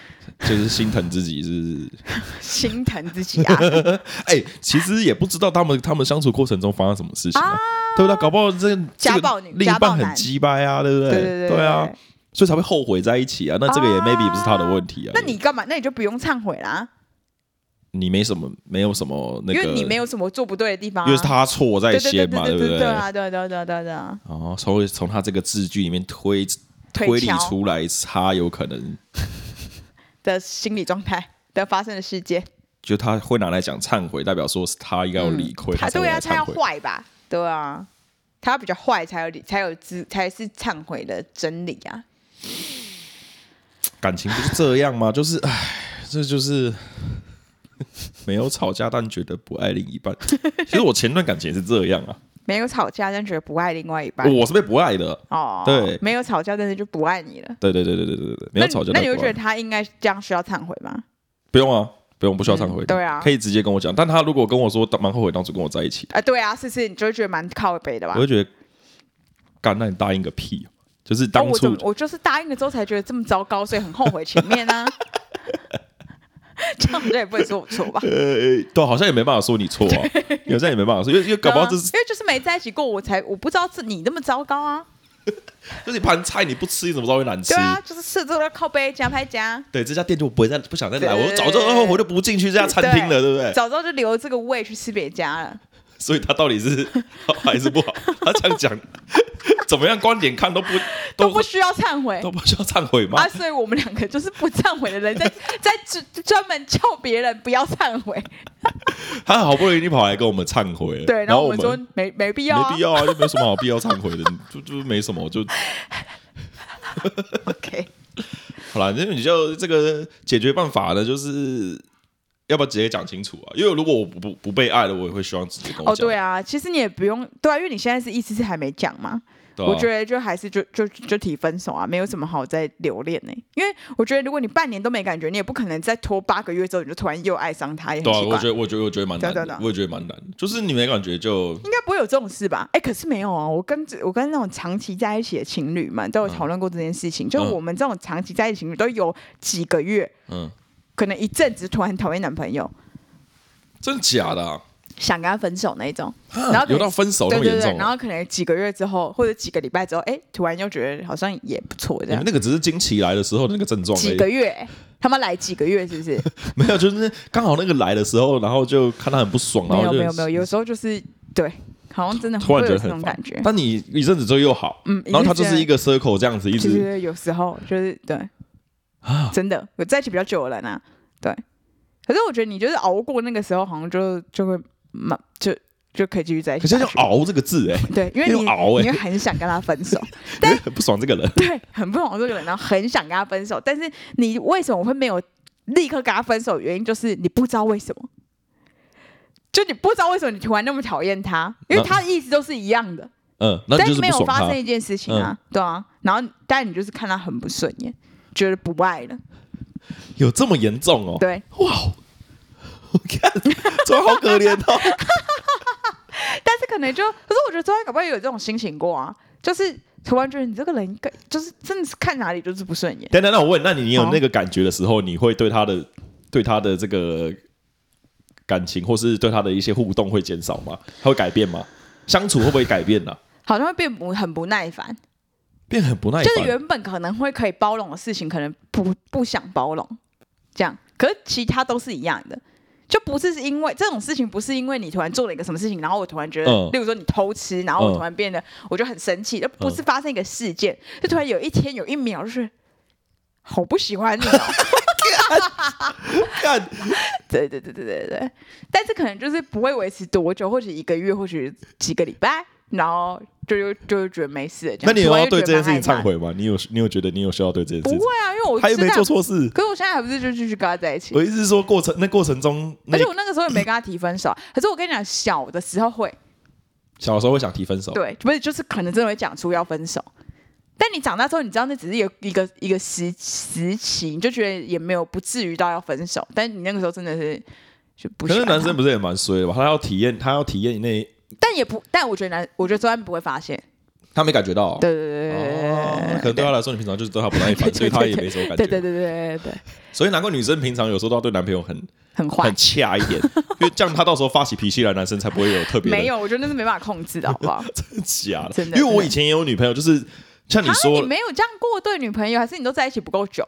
[SPEAKER 1] [LAUGHS] 就是心疼自己，是不是？
[SPEAKER 2] 心疼自己啊，
[SPEAKER 1] 哎、其实也不知道他们他们相处过程中发生什么事情啊，对不对？搞不好这个
[SPEAKER 2] 家暴女
[SPEAKER 1] 这个另
[SPEAKER 2] 家
[SPEAKER 1] 一
[SPEAKER 2] 暴
[SPEAKER 1] 半
[SPEAKER 2] 男
[SPEAKER 1] 很鸡掰啊，对不对？
[SPEAKER 2] 对对
[SPEAKER 1] 啊，所以才会后悔在一起啊。那这个也
[SPEAKER 2] 啊
[SPEAKER 1] maybe 不是他的问题啊。
[SPEAKER 2] 那你干嘛？那你就不用忏悔啦，
[SPEAKER 1] 你没什么没有什么那
[SPEAKER 2] 因
[SPEAKER 1] 个，
[SPEAKER 2] 为你没有什么做不对的地方、啊，
[SPEAKER 1] 因为是他错在
[SPEAKER 2] 对对对
[SPEAKER 1] 先
[SPEAKER 2] 对
[SPEAKER 1] 嘛，
[SPEAKER 2] 对
[SPEAKER 1] 不
[SPEAKER 2] 对对？啊，对啊对啊对啊对啊对啊，
[SPEAKER 1] 哦，从从他这个字句里面推
[SPEAKER 2] 推
[SPEAKER 1] 推理
[SPEAKER 2] 敲
[SPEAKER 1] 出来，他有可能
[SPEAKER 2] 的心理状态的发生的世界，
[SPEAKER 1] 就他会拿来讲忏悔，代表说是他应该要理亏，
[SPEAKER 2] 他
[SPEAKER 1] 才会
[SPEAKER 2] 对啊，
[SPEAKER 1] 来
[SPEAKER 2] 他
[SPEAKER 1] 忏
[SPEAKER 2] 要
[SPEAKER 1] 悔。
[SPEAKER 2] 坏吧？对啊，他比较坏才有理，才有资，才是忏悔的真理啊。
[SPEAKER 1] 感情不是这样吗？ [LAUGHS] 就是唉，这就是 [LAUGHS] 没有吵架，但觉得不爱另一
[SPEAKER 2] [LAUGHS]
[SPEAKER 1] 半。其实我前段感情也是这样啊，
[SPEAKER 2] 没有吵架，但觉得不爱另外一半。
[SPEAKER 1] 我是被不爱的。
[SPEAKER 2] 哦，
[SPEAKER 1] 对
[SPEAKER 2] 没有吵架，但是就不爱你了。
[SPEAKER 1] 对对对对对对对对，没有吵架
[SPEAKER 2] 那
[SPEAKER 1] 但
[SPEAKER 2] 你
[SPEAKER 1] 不爱。
[SPEAKER 2] 会觉得他应该这样需要忏悔吗？
[SPEAKER 1] 不用啊，不用，不需要忏悔、
[SPEAKER 2] 嗯对啊
[SPEAKER 1] 可以直接跟我讲。但他如果跟我说当蛮后悔当初跟我在一起，
[SPEAKER 2] 啊，对啊，是不是你就会觉得蛮靠北的吧？
[SPEAKER 1] 我就觉得，干，那你答应个屁哦！就是当
[SPEAKER 2] 哦、我
[SPEAKER 1] 初、
[SPEAKER 2] 怎么我就是答应了之后才觉得这么糟糕，所以很后悔前面啊。 [LAUGHS] 这样人也不能说我错吧？
[SPEAKER 1] 呃，对，好像也没办法说你错
[SPEAKER 2] [LAUGHS]
[SPEAKER 1] 啊，好像也没办法说，因为因为 [LAUGHS] 搞不好这
[SPEAKER 2] 对
[SPEAKER 1] 是
[SPEAKER 2] 啊因为就是没在一起过，我才我不知道是你那么糟糕啊。
[SPEAKER 1] 就是一盘菜你不吃，你怎么知道会难吃
[SPEAKER 2] 对？啊，就是是这个靠背加拍夹，
[SPEAKER 1] 对，这家店就不会再不想再来，
[SPEAKER 2] 对
[SPEAKER 1] 我早就哦我就不进去这家餐厅了，对不对？
[SPEAKER 2] 早知道就留这个胃去吃别家了。
[SPEAKER 1] 所以他到底是 [LAUGHS] 好还是不好？他这样讲， [LAUGHS] 怎么样观点看都不
[SPEAKER 2] 都
[SPEAKER 1] 都
[SPEAKER 2] 不需要忏悔
[SPEAKER 1] 都不需要忏悔吗
[SPEAKER 2] 啊！？所以我们两个就是不忏悔的人，在 [LAUGHS] 在专专门叫别人不要忏悔。
[SPEAKER 1] 他好不容易你跑来跟我们忏悔了，
[SPEAKER 2] 对，
[SPEAKER 1] 然
[SPEAKER 2] 然后
[SPEAKER 1] 我
[SPEAKER 2] 我们说没没必要啊。
[SPEAKER 1] 没必要啊，就没什么好必要忏悔的，就就没什么，就
[SPEAKER 2] [LAUGHS] OK，
[SPEAKER 1] 好了。那你就这个解决办法呢，就是要不要直接讲清楚啊？因为如果我不不不被爱了，我也会希望直接跟我
[SPEAKER 2] 哦
[SPEAKER 1] 讲。
[SPEAKER 2] 对啊，其实你也不用对啊，因为你现在是意思是还没讲嘛。
[SPEAKER 1] 对啊，
[SPEAKER 2] 我觉得就还是就就就提分手啊，没有什么好再留恋呢、因为我觉得如果你半年都没感觉，你也不可能再拖八个月之后你就突然又爱上他，也很
[SPEAKER 1] 对啊，
[SPEAKER 2] 奇怪。
[SPEAKER 1] 我觉得我觉得我觉得蛮难
[SPEAKER 2] 对对
[SPEAKER 1] 的
[SPEAKER 2] 对，
[SPEAKER 1] 我也觉得蛮难，就是你没感觉就
[SPEAKER 2] 应该不会有这种事吧？哎、可是没有啊！我跟我跟那种长期在一起的情侣们都有讨论过这件事情，就
[SPEAKER 1] 嗯
[SPEAKER 2] 我们这种长期在一起的情侣都有几个月，
[SPEAKER 1] 嗯，
[SPEAKER 2] 可能一阵子突然讨厌男朋友，
[SPEAKER 1] 真的假的啊？
[SPEAKER 2] 想跟他分手那一种，然
[SPEAKER 1] 啊
[SPEAKER 2] 后可
[SPEAKER 1] 有
[SPEAKER 2] 能
[SPEAKER 1] 到分手那
[SPEAKER 2] 对
[SPEAKER 1] 么
[SPEAKER 2] 对
[SPEAKER 1] 严
[SPEAKER 2] 对，
[SPEAKER 1] 重
[SPEAKER 2] 然
[SPEAKER 1] 啊？
[SPEAKER 2] 后可能几个月之后或者几个礼拜之后，哎、突然又觉得好像也不错这
[SPEAKER 1] 你
[SPEAKER 2] 样
[SPEAKER 1] 们。那个只是经期来的时候的那个症状而
[SPEAKER 2] 几
[SPEAKER 1] 已，
[SPEAKER 2] 个月、哎他妈来几个月是不是？
[SPEAKER 1] [LAUGHS] 没有，就是刚好那个来的时候，然后就看他很不爽，然后
[SPEAKER 2] 没有
[SPEAKER 1] 哦就
[SPEAKER 2] 没有没有，有时候就是对，好像真的
[SPEAKER 1] 突
[SPEAKER 2] 会
[SPEAKER 1] 然觉
[SPEAKER 2] 有
[SPEAKER 1] 得
[SPEAKER 2] 这种
[SPEAKER 1] 很烦
[SPEAKER 2] 感觉。
[SPEAKER 1] 但你一阵子之后又好，
[SPEAKER 2] 嗯
[SPEAKER 1] 然后他就
[SPEAKER 2] 一阵
[SPEAKER 1] 是一个 circle 这样子，一
[SPEAKER 2] 就
[SPEAKER 1] 直
[SPEAKER 2] 是有时候就是对，
[SPEAKER 1] 啊，
[SPEAKER 2] 真的有在一起比较久的人啊，对。可是我觉得你就是熬过那个时候，好像就就会蛮就就可以继续在一
[SPEAKER 1] 可是
[SPEAKER 2] 起下
[SPEAKER 1] 要
[SPEAKER 2] 去。
[SPEAKER 1] 熬这个字
[SPEAKER 2] [LAUGHS]
[SPEAKER 1] 哎、
[SPEAKER 2] 对，因为
[SPEAKER 1] 要
[SPEAKER 2] 你
[SPEAKER 1] 熬欸
[SPEAKER 2] 你会很想跟他分
[SPEAKER 1] [LAUGHS]
[SPEAKER 2] 手，
[SPEAKER 1] 因为很不爽这个人。
[SPEAKER 2] 对，很不懂这个人，然后很想跟他分手，但是你为什么会没有立刻跟他分手？原因就是你不知道为什么，就你不知道为什么你突然那么讨厌他，因为
[SPEAKER 1] 那
[SPEAKER 2] 他的意思都是一样的。
[SPEAKER 1] 嗯，那你
[SPEAKER 2] 但
[SPEAKER 1] 就是
[SPEAKER 2] 没
[SPEAKER 1] 不
[SPEAKER 2] 有
[SPEAKER 1] 爽
[SPEAKER 2] 发
[SPEAKER 1] 他嗯
[SPEAKER 2] 生。一件事情啊，对啊，然后但你就是看他很不顺眼，觉得不爱了，
[SPEAKER 1] 有这么严重哦？
[SPEAKER 2] 对。
[SPEAKER 1] 哇哦，我看 [LAUGHS] 怎么好可怜哦。
[SPEAKER 2] 但是可能就，可是我觉得周安搞不好也有这种心情过啊，就是突然觉得你这个人应该就是真的是看哪里就是不顺眼，
[SPEAKER 1] 等等，那我问，那你你有
[SPEAKER 2] 好
[SPEAKER 1] 那个感觉的时候，你会对他的对他的这个感情，或是对他的一些互动会减少吗？他会改变吗？相处会不会改变啊呢、
[SPEAKER 2] 好像会变不很不耐烦，
[SPEAKER 1] 变很不耐
[SPEAKER 2] 就是
[SPEAKER 1] 烦。
[SPEAKER 2] 原本可能会可以包容的事情，可能不不想包容，这样，可是其他都是一样的。就不是因为这种事情，不是因为你突然做了一个什么事情，然后我突然觉得，
[SPEAKER 1] 嗯
[SPEAKER 2] 例如说你偷吃，然
[SPEAKER 1] 嗯
[SPEAKER 2] 后我突然变得、我就很生气，就不是发生一个事件，就突然有一天有一秒就是好不
[SPEAKER 1] [LAUGHS]
[SPEAKER 2] 喜欢你哦，
[SPEAKER 1] 看，
[SPEAKER 2] 对对对对对对，但是可能就是不会维持多久，或许一个月，或许几个礼拜，然后就又就觉得没事了。这
[SPEAKER 1] 那
[SPEAKER 2] 样
[SPEAKER 1] 你有
[SPEAKER 2] 突然
[SPEAKER 1] 要
[SPEAKER 2] 又觉
[SPEAKER 1] 对
[SPEAKER 2] 得
[SPEAKER 1] 这件事情
[SPEAKER 2] 蛮害怕
[SPEAKER 1] 忏？悔吗？你有你有觉得你有需要对这件事
[SPEAKER 2] 不
[SPEAKER 1] 情
[SPEAKER 2] 会？啊，因为我
[SPEAKER 1] 他又没
[SPEAKER 2] 知道
[SPEAKER 1] 做错事。
[SPEAKER 2] 可是我现在还不是就继续跟他在一起，
[SPEAKER 1] 我意思是说，过程那过程中，那
[SPEAKER 2] 而且我那个时候也没跟他提分 [LAUGHS] 手啊。可是我跟你讲，小的时候会，
[SPEAKER 1] 小时候会想提分手，
[SPEAKER 2] 对，不是就是可能真的会讲出要分手。但你长大之后，你知道那只是一个一个一个时时期，你就觉得也没有不至于到要分手。但你那个时候真的是就不喜
[SPEAKER 1] 可是
[SPEAKER 2] 欢他
[SPEAKER 1] 男生不是也蛮衰的吧？他要体验，他要体验那，
[SPEAKER 2] 但也不，但我觉得男，我觉得周安不会发现。 [LAUGHS]
[SPEAKER 1] 他没感觉到、哦。
[SPEAKER 2] 对对对对
[SPEAKER 1] 哦，可能对他来说，你平常就是对他不耐烦，
[SPEAKER 2] 对
[SPEAKER 1] 所以他也没什么感觉。
[SPEAKER 2] 对对对对对对，
[SPEAKER 1] 所以难怪女生平常有时候都要对男朋友很
[SPEAKER 2] 很坏
[SPEAKER 1] 很。恰一点，因为这样他到时候发起脾气来，男生才不会有特别的
[SPEAKER 2] [LAUGHS] 没有，我觉得那是没办法控制的，好不 [LAUGHS] 好？
[SPEAKER 1] 假的。
[SPEAKER 2] 真的
[SPEAKER 1] 因为我以前也有女朋友，就是像你
[SPEAKER 2] 啊，
[SPEAKER 1] 说
[SPEAKER 2] 你，没有这样过对女朋友，还是你都在一起不够久？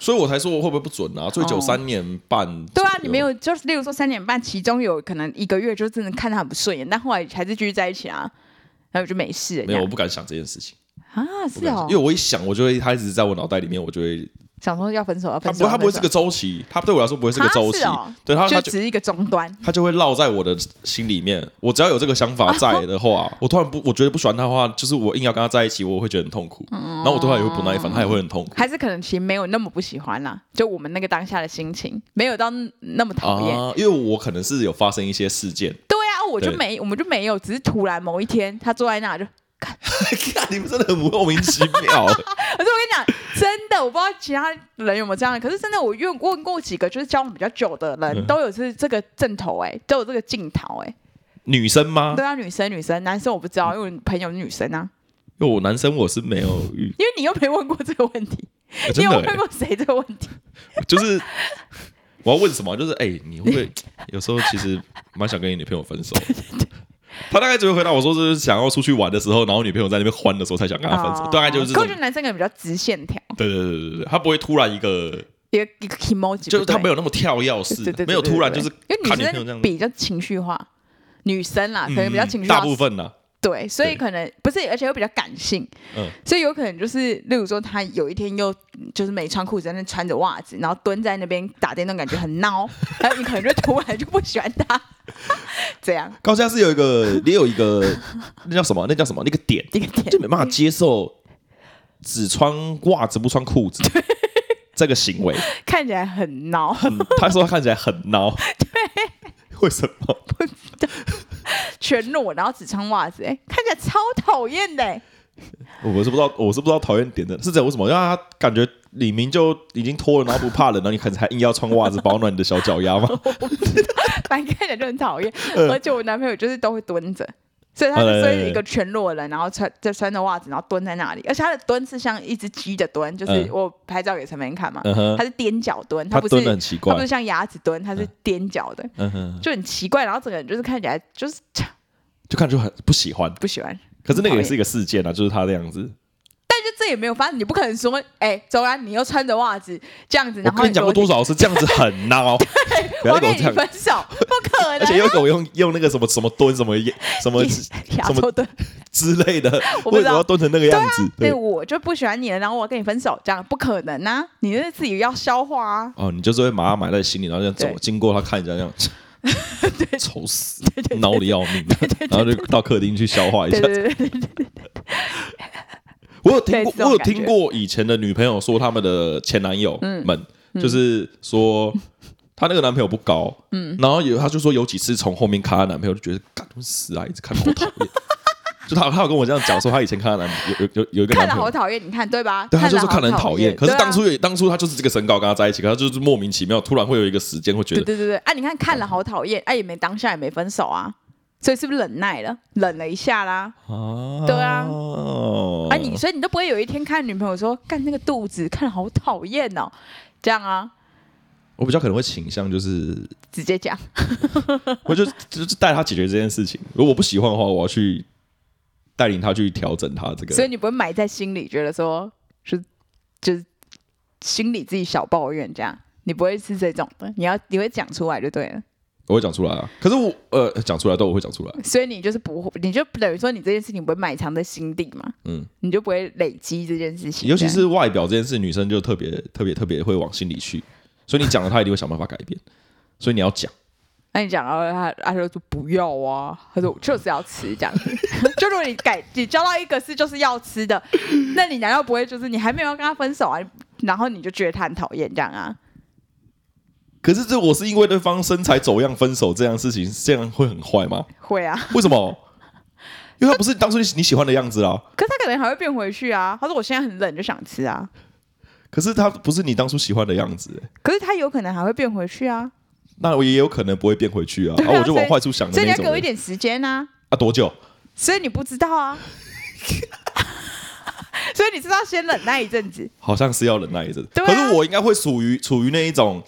[SPEAKER 1] 所以我才说我会不会不准啊？最久
[SPEAKER 2] 哦
[SPEAKER 1] 三年半。
[SPEAKER 2] 对啊，你没。有，就是例如说三点半，其中有可能一个月就真的看他很不顺眼，但后来还是继续在一起啊，然后就没事了。
[SPEAKER 1] 没
[SPEAKER 2] 这
[SPEAKER 1] 有，
[SPEAKER 2] 样
[SPEAKER 1] 我不敢想这件事情，
[SPEAKER 2] 啊，
[SPEAKER 1] 不
[SPEAKER 2] 是
[SPEAKER 1] 敢想
[SPEAKER 2] 哦
[SPEAKER 1] 因为，我一想，我就会他一直在我脑袋里面，我就会
[SPEAKER 2] 想说要分手，要
[SPEAKER 1] 他
[SPEAKER 2] 分
[SPEAKER 1] 不
[SPEAKER 2] 手。
[SPEAKER 1] 他不会是
[SPEAKER 2] 要
[SPEAKER 1] 个
[SPEAKER 2] 分手
[SPEAKER 1] 周期，他对我来说不会是个
[SPEAKER 2] 啊
[SPEAKER 1] 周期，
[SPEAKER 2] 是哦
[SPEAKER 1] 对他他
[SPEAKER 2] 就
[SPEAKER 1] 就
[SPEAKER 2] 只是一个终端。
[SPEAKER 1] 他就会烙在我的心里面。我只要有这个想法在的话，
[SPEAKER 2] [LAUGHS]
[SPEAKER 1] 我突然不我觉得不喜欢他的话，就是我硬要跟他在一起，我会觉得很痛
[SPEAKER 2] 哦
[SPEAKER 1] 苦。然后我对他也会不耐烦，他也会很痛苦。
[SPEAKER 2] 还是可能其实没有那么不喜欢啦，就我们那个当下的心情没有到那么讨厌。
[SPEAKER 1] 啊，因为我可能是有发生一些事件，
[SPEAKER 2] 对啊，我就
[SPEAKER 1] 对
[SPEAKER 2] 没，我们就没有，只是突然某一天他坐在那就，
[SPEAKER 1] 看你们真的很莫名其妙。
[SPEAKER 2] 可是我跟你讲，真的，我不知道其他人有没有这样，可是真的，我问问过几个就是交往比较久的人，
[SPEAKER 1] 嗯
[SPEAKER 2] 都有是这个阵头哎、都有这个镜头哎、
[SPEAKER 1] 女生吗？
[SPEAKER 2] 对啊，女生女生，男生我不知
[SPEAKER 1] 嗯
[SPEAKER 2] 道，因为我朋友是女生啊，
[SPEAKER 1] 因为我男生我是没有遇，
[SPEAKER 2] 因为你又没问过这个问题，
[SPEAKER 1] 欸
[SPEAKER 2] 你
[SPEAKER 1] 真
[SPEAKER 2] 有
[SPEAKER 1] 的、
[SPEAKER 2] 问
[SPEAKER 1] 欸、
[SPEAKER 2] 过谁这个问题？
[SPEAKER 1] 就是我要问什么，就是哎、欸你会不会有时候其实蛮想跟你女朋友分手？他大概就会回答我说，就是想要出去玩的时候，然后女朋友在那边欢的时候才想跟他分手，大概就是这
[SPEAKER 2] 哦
[SPEAKER 1] 种
[SPEAKER 2] 可我觉。得男生可能比较直线条，
[SPEAKER 1] 对对对对对，他不会突然一个，
[SPEAKER 2] 一个一个 emoji，
[SPEAKER 1] 嗯就是他
[SPEAKER 2] 不对
[SPEAKER 1] 没有那么跳跃
[SPEAKER 2] 对对对
[SPEAKER 1] 式，
[SPEAKER 2] 对
[SPEAKER 1] 没有突然
[SPEAKER 2] 对
[SPEAKER 1] 就
[SPEAKER 2] 对
[SPEAKER 1] 是
[SPEAKER 2] 因为
[SPEAKER 1] 看
[SPEAKER 2] 女
[SPEAKER 1] 女朋友这
[SPEAKER 2] 生
[SPEAKER 1] 样嗯
[SPEAKER 2] 比较情绪化，女生啦，可能比较情绪化，
[SPEAKER 1] 大部分呢，
[SPEAKER 2] 对，所以
[SPEAKER 1] 对
[SPEAKER 2] 可能不是，而且又比较感性，
[SPEAKER 1] 嗯
[SPEAKER 2] 所以有可能就是，例如说他有一天又嗯就是没穿裤子，在那穿着袜子，然后蹲在那边打电动，感觉很
[SPEAKER 1] [LAUGHS]
[SPEAKER 2] 孬，然后你可能就突然就不喜欢他，这样
[SPEAKER 1] 高嘉是有一
[SPEAKER 2] [LAUGHS]
[SPEAKER 1] 个，也有一个，那叫什么？那叫什么？那个点，
[SPEAKER 2] 一个点
[SPEAKER 1] 就没办法接受只穿袜子不穿裤子这个行为。
[SPEAKER 2] 看起来很孬，
[SPEAKER 1] 很，他说他看起来很孬，对，为什么？
[SPEAKER 2] [LAUGHS] 全裸，然后只穿袜子，哎、看起来超讨厌的、哎 [LAUGHS]
[SPEAKER 1] 我是不知道，我是不知道讨厌点的是在为什么？因为他感觉李明就已经脱了，然后不怕冷，然后你看起来硬要穿袜子保暖你的小脚
[SPEAKER 2] [LAUGHS]
[SPEAKER 1] 丫嘛？
[SPEAKER 2] 反正看起来就很讨厌。
[SPEAKER 1] 嗯
[SPEAKER 2] 而且我男朋友就是都会蹲着，所以他
[SPEAKER 1] 啊
[SPEAKER 2] 就
[SPEAKER 1] 对
[SPEAKER 2] 所
[SPEAKER 1] 对
[SPEAKER 2] 以
[SPEAKER 1] 对
[SPEAKER 2] 一个全裸人，然后穿就穿着袜子，然后蹲在那里，而且他的蹲是像一只鸡的蹲，就是
[SPEAKER 1] 嗯
[SPEAKER 2] 我拍照给陈明看嘛，
[SPEAKER 1] 嗯哼
[SPEAKER 2] 他，是踮脚蹲，
[SPEAKER 1] 他
[SPEAKER 2] 不
[SPEAKER 1] 蹲的
[SPEAKER 2] 是
[SPEAKER 1] 很奇
[SPEAKER 2] 他不
[SPEAKER 1] 怪
[SPEAKER 2] 是，像鸭子蹲，他是踮脚的，
[SPEAKER 1] 嗯哼，
[SPEAKER 2] 就很奇怪，然后整个人就是看起来就是
[SPEAKER 1] 就看就很不喜欢。
[SPEAKER 2] 不喜欢。
[SPEAKER 1] 可是那个也是一个事件啊，就是他这样子。
[SPEAKER 2] 但就这也没有发生，你不可能说，哎、周安，你又穿着袜子这样子，
[SPEAKER 1] 我
[SPEAKER 2] 然后
[SPEAKER 1] 跟你讲过多少次，这样子很
[SPEAKER 2] [LAUGHS]
[SPEAKER 1] 孬，不
[SPEAKER 2] 我
[SPEAKER 1] 要再跟
[SPEAKER 2] 要跟
[SPEAKER 1] 我
[SPEAKER 2] 你
[SPEAKER 1] 这样。
[SPEAKER 2] 分手，不可
[SPEAKER 1] [LAUGHS] 而且
[SPEAKER 2] 能。啊
[SPEAKER 1] 又给我用用那个什么什么蹲什么耶什
[SPEAKER 2] [LAUGHS]
[SPEAKER 1] 么之
[SPEAKER 2] 亚
[SPEAKER 1] 什么
[SPEAKER 2] 洲蹲，
[SPEAKER 1] 之类的，
[SPEAKER 2] 我不
[SPEAKER 1] 为
[SPEAKER 2] 知
[SPEAKER 1] 什
[SPEAKER 2] 道
[SPEAKER 1] 么要蹲成那个样子？
[SPEAKER 2] [LAUGHS] 对啊
[SPEAKER 1] 对，
[SPEAKER 2] 我就不喜欢你了，然后我要跟你分手，这样不可能啊！你那自己要消化啊。
[SPEAKER 1] 哦，你就是会把它埋在心里，然后这样
[SPEAKER 2] 对
[SPEAKER 1] 走，经过他看一下这
[SPEAKER 2] [LAUGHS]
[SPEAKER 1] 样，丑死，孬的要命，然后就到客厅去消化一
[SPEAKER 2] 对
[SPEAKER 1] 下。
[SPEAKER 2] 对对对，
[SPEAKER 1] 我有听
[SPEAKER 2] 对
[SPEAKER 1] 过
[SPEAKER 2] 这，种
[SPEAKER 1] 我有
[SPEAKER 2] 感觉
[SPEAKER 1] 听过以前的女朋友说他们的前男友
[SPEAKER 2] 嗯
[SPEAKER 1] 们，就是说她那个男朋友不高，嗯，然后有她就说有几次从后面看她男朋友，就觉得干我死啊，一直看好讨厌。 [LAUGHS] 就她她有跟我这样讲说，她以前看她男有有有有一个
[SPEAKER 2] 看
[SPEAKER 1] 男
[SPEAKER 2] 了
[SPEAKER 1] 朋友
[SPEAKER 2] 好，讨厌，你看对吧？
[SPEAKER 1] 对，他就
[SPEAKER 2] 了
[SPEAKER 1] 说
[SPEAKER 2] 好
[SPEAKER 1] 看得很讨厌。可是
[SPEAKER 2] 对啊
[SPEAKER 1] 当初也、当初他就是这个身高跟他在一起，可他就是莫名其妙突然会有一个时间会觉得，
[SPEAKER 2] 对对对对，啊，你看看了好讨厌，哎、也没当下也没分手啊，所以是不是忍耐了，忍了一下啦？
[SPEAKER 1] 啊
[SPEAKER 2] 对啊
[SPEAKER 1] 哦
[SPEAKER 2] 啊，你所以你都不会有一天看女朋友说干那个肚子看了好讨厌哦，这样啊，
[SPEAKER 1] 我比较可能会倾向就是，
[SPEAKER 2] 直接讲，
[SPEAKER 1] 我就就是带他解决这件事情。如果我不喜欢的话，我要去带领他去调整他这
[SPEAKER 2] 所
[SPEAKER 1] 个。
[SPEAKER 2] 以你不会埋在心里，觉得说是就是心里自己小抱怨这样，你不会是这种的，你要你会讲出来就对了。
[SPEAKER 1] 我会讲出来啊，可是我呃讲出来都我会讲出来，
[SPEAKER 2] 所以你就是不会，你就等于说你这件事情不会埋藏在心底嘛，
[SPEAKER 1] 嗯，
[SPEAKER 2] 你就不会累积这件事情，
[SPEAKER 1] 尤其
[SPEAKER 2] 这样
[SPEAKER 1] 是外表这件事，女生就特别特别特别会往心里去，所以你讲了，她一定会想办法改变。所以你要讲，
[SPEAKER 2] 那你讲到他，他就说不要啊，他说我就是要吃这样子。 [LAUGHS] 就如果你改，你交到一个是就是要吃的，那你难道不会就是你还没有要跟他分手啊？然后你就觉得他很讨厌这样啊？
[SPEAKER 1] 可是这我是因为对方身材走样分手这样事情，这样会很坏吗？
[SPEAKER 2] 会啊，
[SPEAKER 1] 为什么？因为他不是当初你喜欢的样子啊啦。
[SPEAKER 2] 可是他可能还会变回去啊。他说我现在很冷就想吃啊，
[SPEAKER 1] 可是他不是你当初喜欢的样子、欸
[SPEAKER 2] 可是他有可能还会变回去啊，
[SPEAKER 1] 那我也有可能不会变回去啊。
[SPEAKER 2] 对啊
[SPEAKER 1] 啊，我就往坏处想的
[SPEAKER 2] 所以你
[SPEAKER 1] 那
[SPEAKER 2] 要
[SPEAKER 1] 种
[SPEAKER 2] 给我一
[SPEAKER 1] 人。
[SPEAKER 2] 点时间啊。
[SPEAKER 1] 啊，多久？
[SPEAKER 2] 所以你不知道啊，所以你知道先忍耐一阵子。
[SPEAKER 1] 好像是要忍耐一阵。
[SPEAKER 2] 对啊
[SPEAKER 1] 可是我应该会属于处于那一种，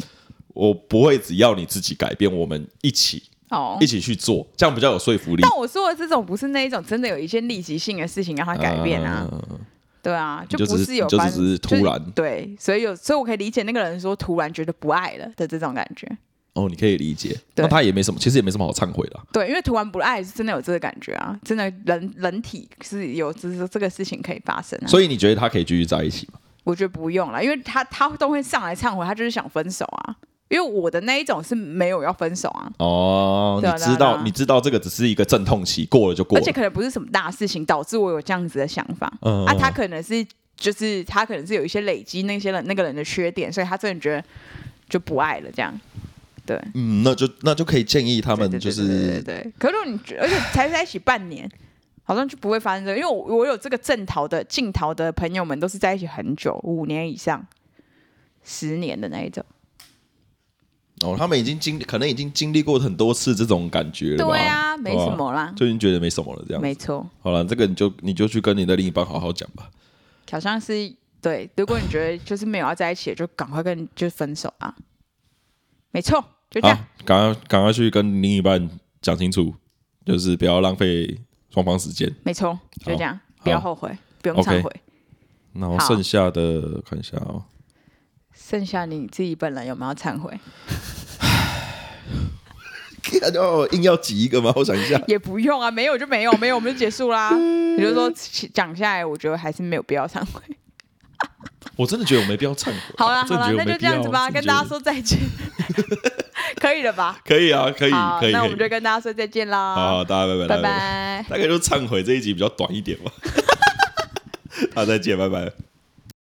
[SPEAKER 1] 我不会只要你自己改变，我们一起
[SPEAKER 2] 哦
[SPEAKER 1] 一起去做，这样比较有说服力
[SPEAKER 2] 但。我说的这种不是那一种真的有一件立即性的事情让他改变啊。
[SPEAKER 1] 嗯
[SPEAKER 2] 对啊，
[SPEAKER 1] 你
[SPEAKER 2] 就
[SPEAKER 1] 就
[SPEAKER 2] 不
[SPEAKER 1] 只
[SPEAKER 2] 是
[SPEAKER 1] 是
[SPEAKER 2] 有
[SPEAKER 1] 你就
[SPEAKER 2] 发
[SPEAKER 1] 只是
[SPEAKER 2] 就
[SPEAKER 1] 突然
[SPEAKER 2] 对，所以有，所以我可以理解那个人说突然觉得不爱了的这种感觉。
[SPEAKER 1] 哦，你可以理解。
[SPEAKER 2] 对嗯
[SPEAKER 1] 那他也没什么，其实也没什么好忏悔的啊、
[SPEAKER 2] 对，因为突然不爱是真的有这个感觉啊，真的人人体是有这这个事情可以发生啊。
[SPEAKER 1] 所以你觉得他可以继续在一起吗？
[SPEAKER 2] 我觉得不用了，因为他他都会上来忏悔，他就是想分手啊。因为我的那一种是没有要分手啊，
[SPEAKER 1] 哦，
[SPEAKER 2] 对啊
[SPEAKER 1] 你
[SPEAKER 2] 对
[SPEAKER 1] 知
[SPEAKER 2] 啊对
[SPEAKER 1] 道
[SPEAKER 2] 啊
[SPEAKER 1] 你知道这个只是一个阵痛期，过了就过
[SPEAKER 2] 而
[SPEAKER 1] 了
[SPEAKER 2] 且。可能不是什么大事情导致我有这样子的想法。
[SPEAKER 1] 嗯
[SPEAKER 2] 啊，他可能是就是他可能是有一些累积那些人那个人的缺点，所以他真的觉得就不爱了这样。对，
[SPEAKER 1] 嗯，那就那就可以建议他
[SPEAKER 2] 他
[SPEAKER 1] 们就
[SPEAKER 2] 对对对
[SPEAKER 1] 是
[SPEAKER 2] 对对可是如果你觉而且才在一起半年，好像就不会发生这个，因为我我有这个正逃的进逃的朋友们都是在一起很久，五年以上。十年的那一种，
[SPEAKER 1] 哦，他们已经经可能已经经历过很多次这种感觉了吧，
[SPEAKER 2] 对啊，没什么啦
[SPEAKER 1] 对吧，，就已经觉得没什么了这样。
[SPEAKER 2] 没错，
[SPEAKER 1] 好了，这个你就你就去跟你的另一半好好讲吧。
[SPEAKER 2] 好像是对。如果你觉得就是没有要在一起，就赶快跟就分手啊，没错，就这
[SPEAKER 1] 好
[SPEAKER 2] 样。，
[SPEAKER 1] 啊赶快赶快去跟另一半讲清楚，就是不要浪费双方时间。
[SPEAKER 2] 没错，就这样，不要后悔，不用
[SPEAKER 1] OK
[SPEAKER 2] 忏悔。
[SPEAKER 1] 然后
[SPEAKER 2] 好
[SPEAKER 1] 剩下的看一下
[SPEAKER 2] [LAUGHS]
[SPEAKER 1] 哦，
[SPEAKER 2] 剩下你自己本人有没有忏悔？
[SPEAKER 1] 看哦，硬要挤一个吗？我想一下，
[SPEAKER 2] 也不用啊，没有就没有，没有我们就结束啦。 [LAUGHS] 也就是说，其讲下来，我觉得还是没有必要忏悔。
[SPEAKER 1] [LAUGHS] 我真的觉得我没必要忏悔。
[SPEAKER 2] 好啦，
[SPEAKER 1] 我真
[SPEAKER 2] 好
[SPEAKER 1] 的觉得我没
[SPEAKER 2] 啦，那就
[SPEAKER 1] 必
[SPEAKER 2] 这
[SPEAKER 1] 要啊
[SPEAKER 2] 样子吧，跟大家。说再见， [LAUGHS] 可以了吧？
[SPEAKER 1] 我真的觉得可以啊，可以，
[SPEAKER 2] 好，
[SPEAKER 1] 可以，
[SPEAKER 2] 那
[SPEAKER 1] 可
[SPEAKER 2] 我
[SPEAKER 1] 以
[SPEAKER 2] 们就跟大家说再见啦，
[SPEAKER 1] 好好，大家拜拜，
[SPEAKER 2] 拜。拜。
[SPEAKER 1] [LAUGHS] 大概就忏悔这一集比较短一点吧。好，再见，拜拜。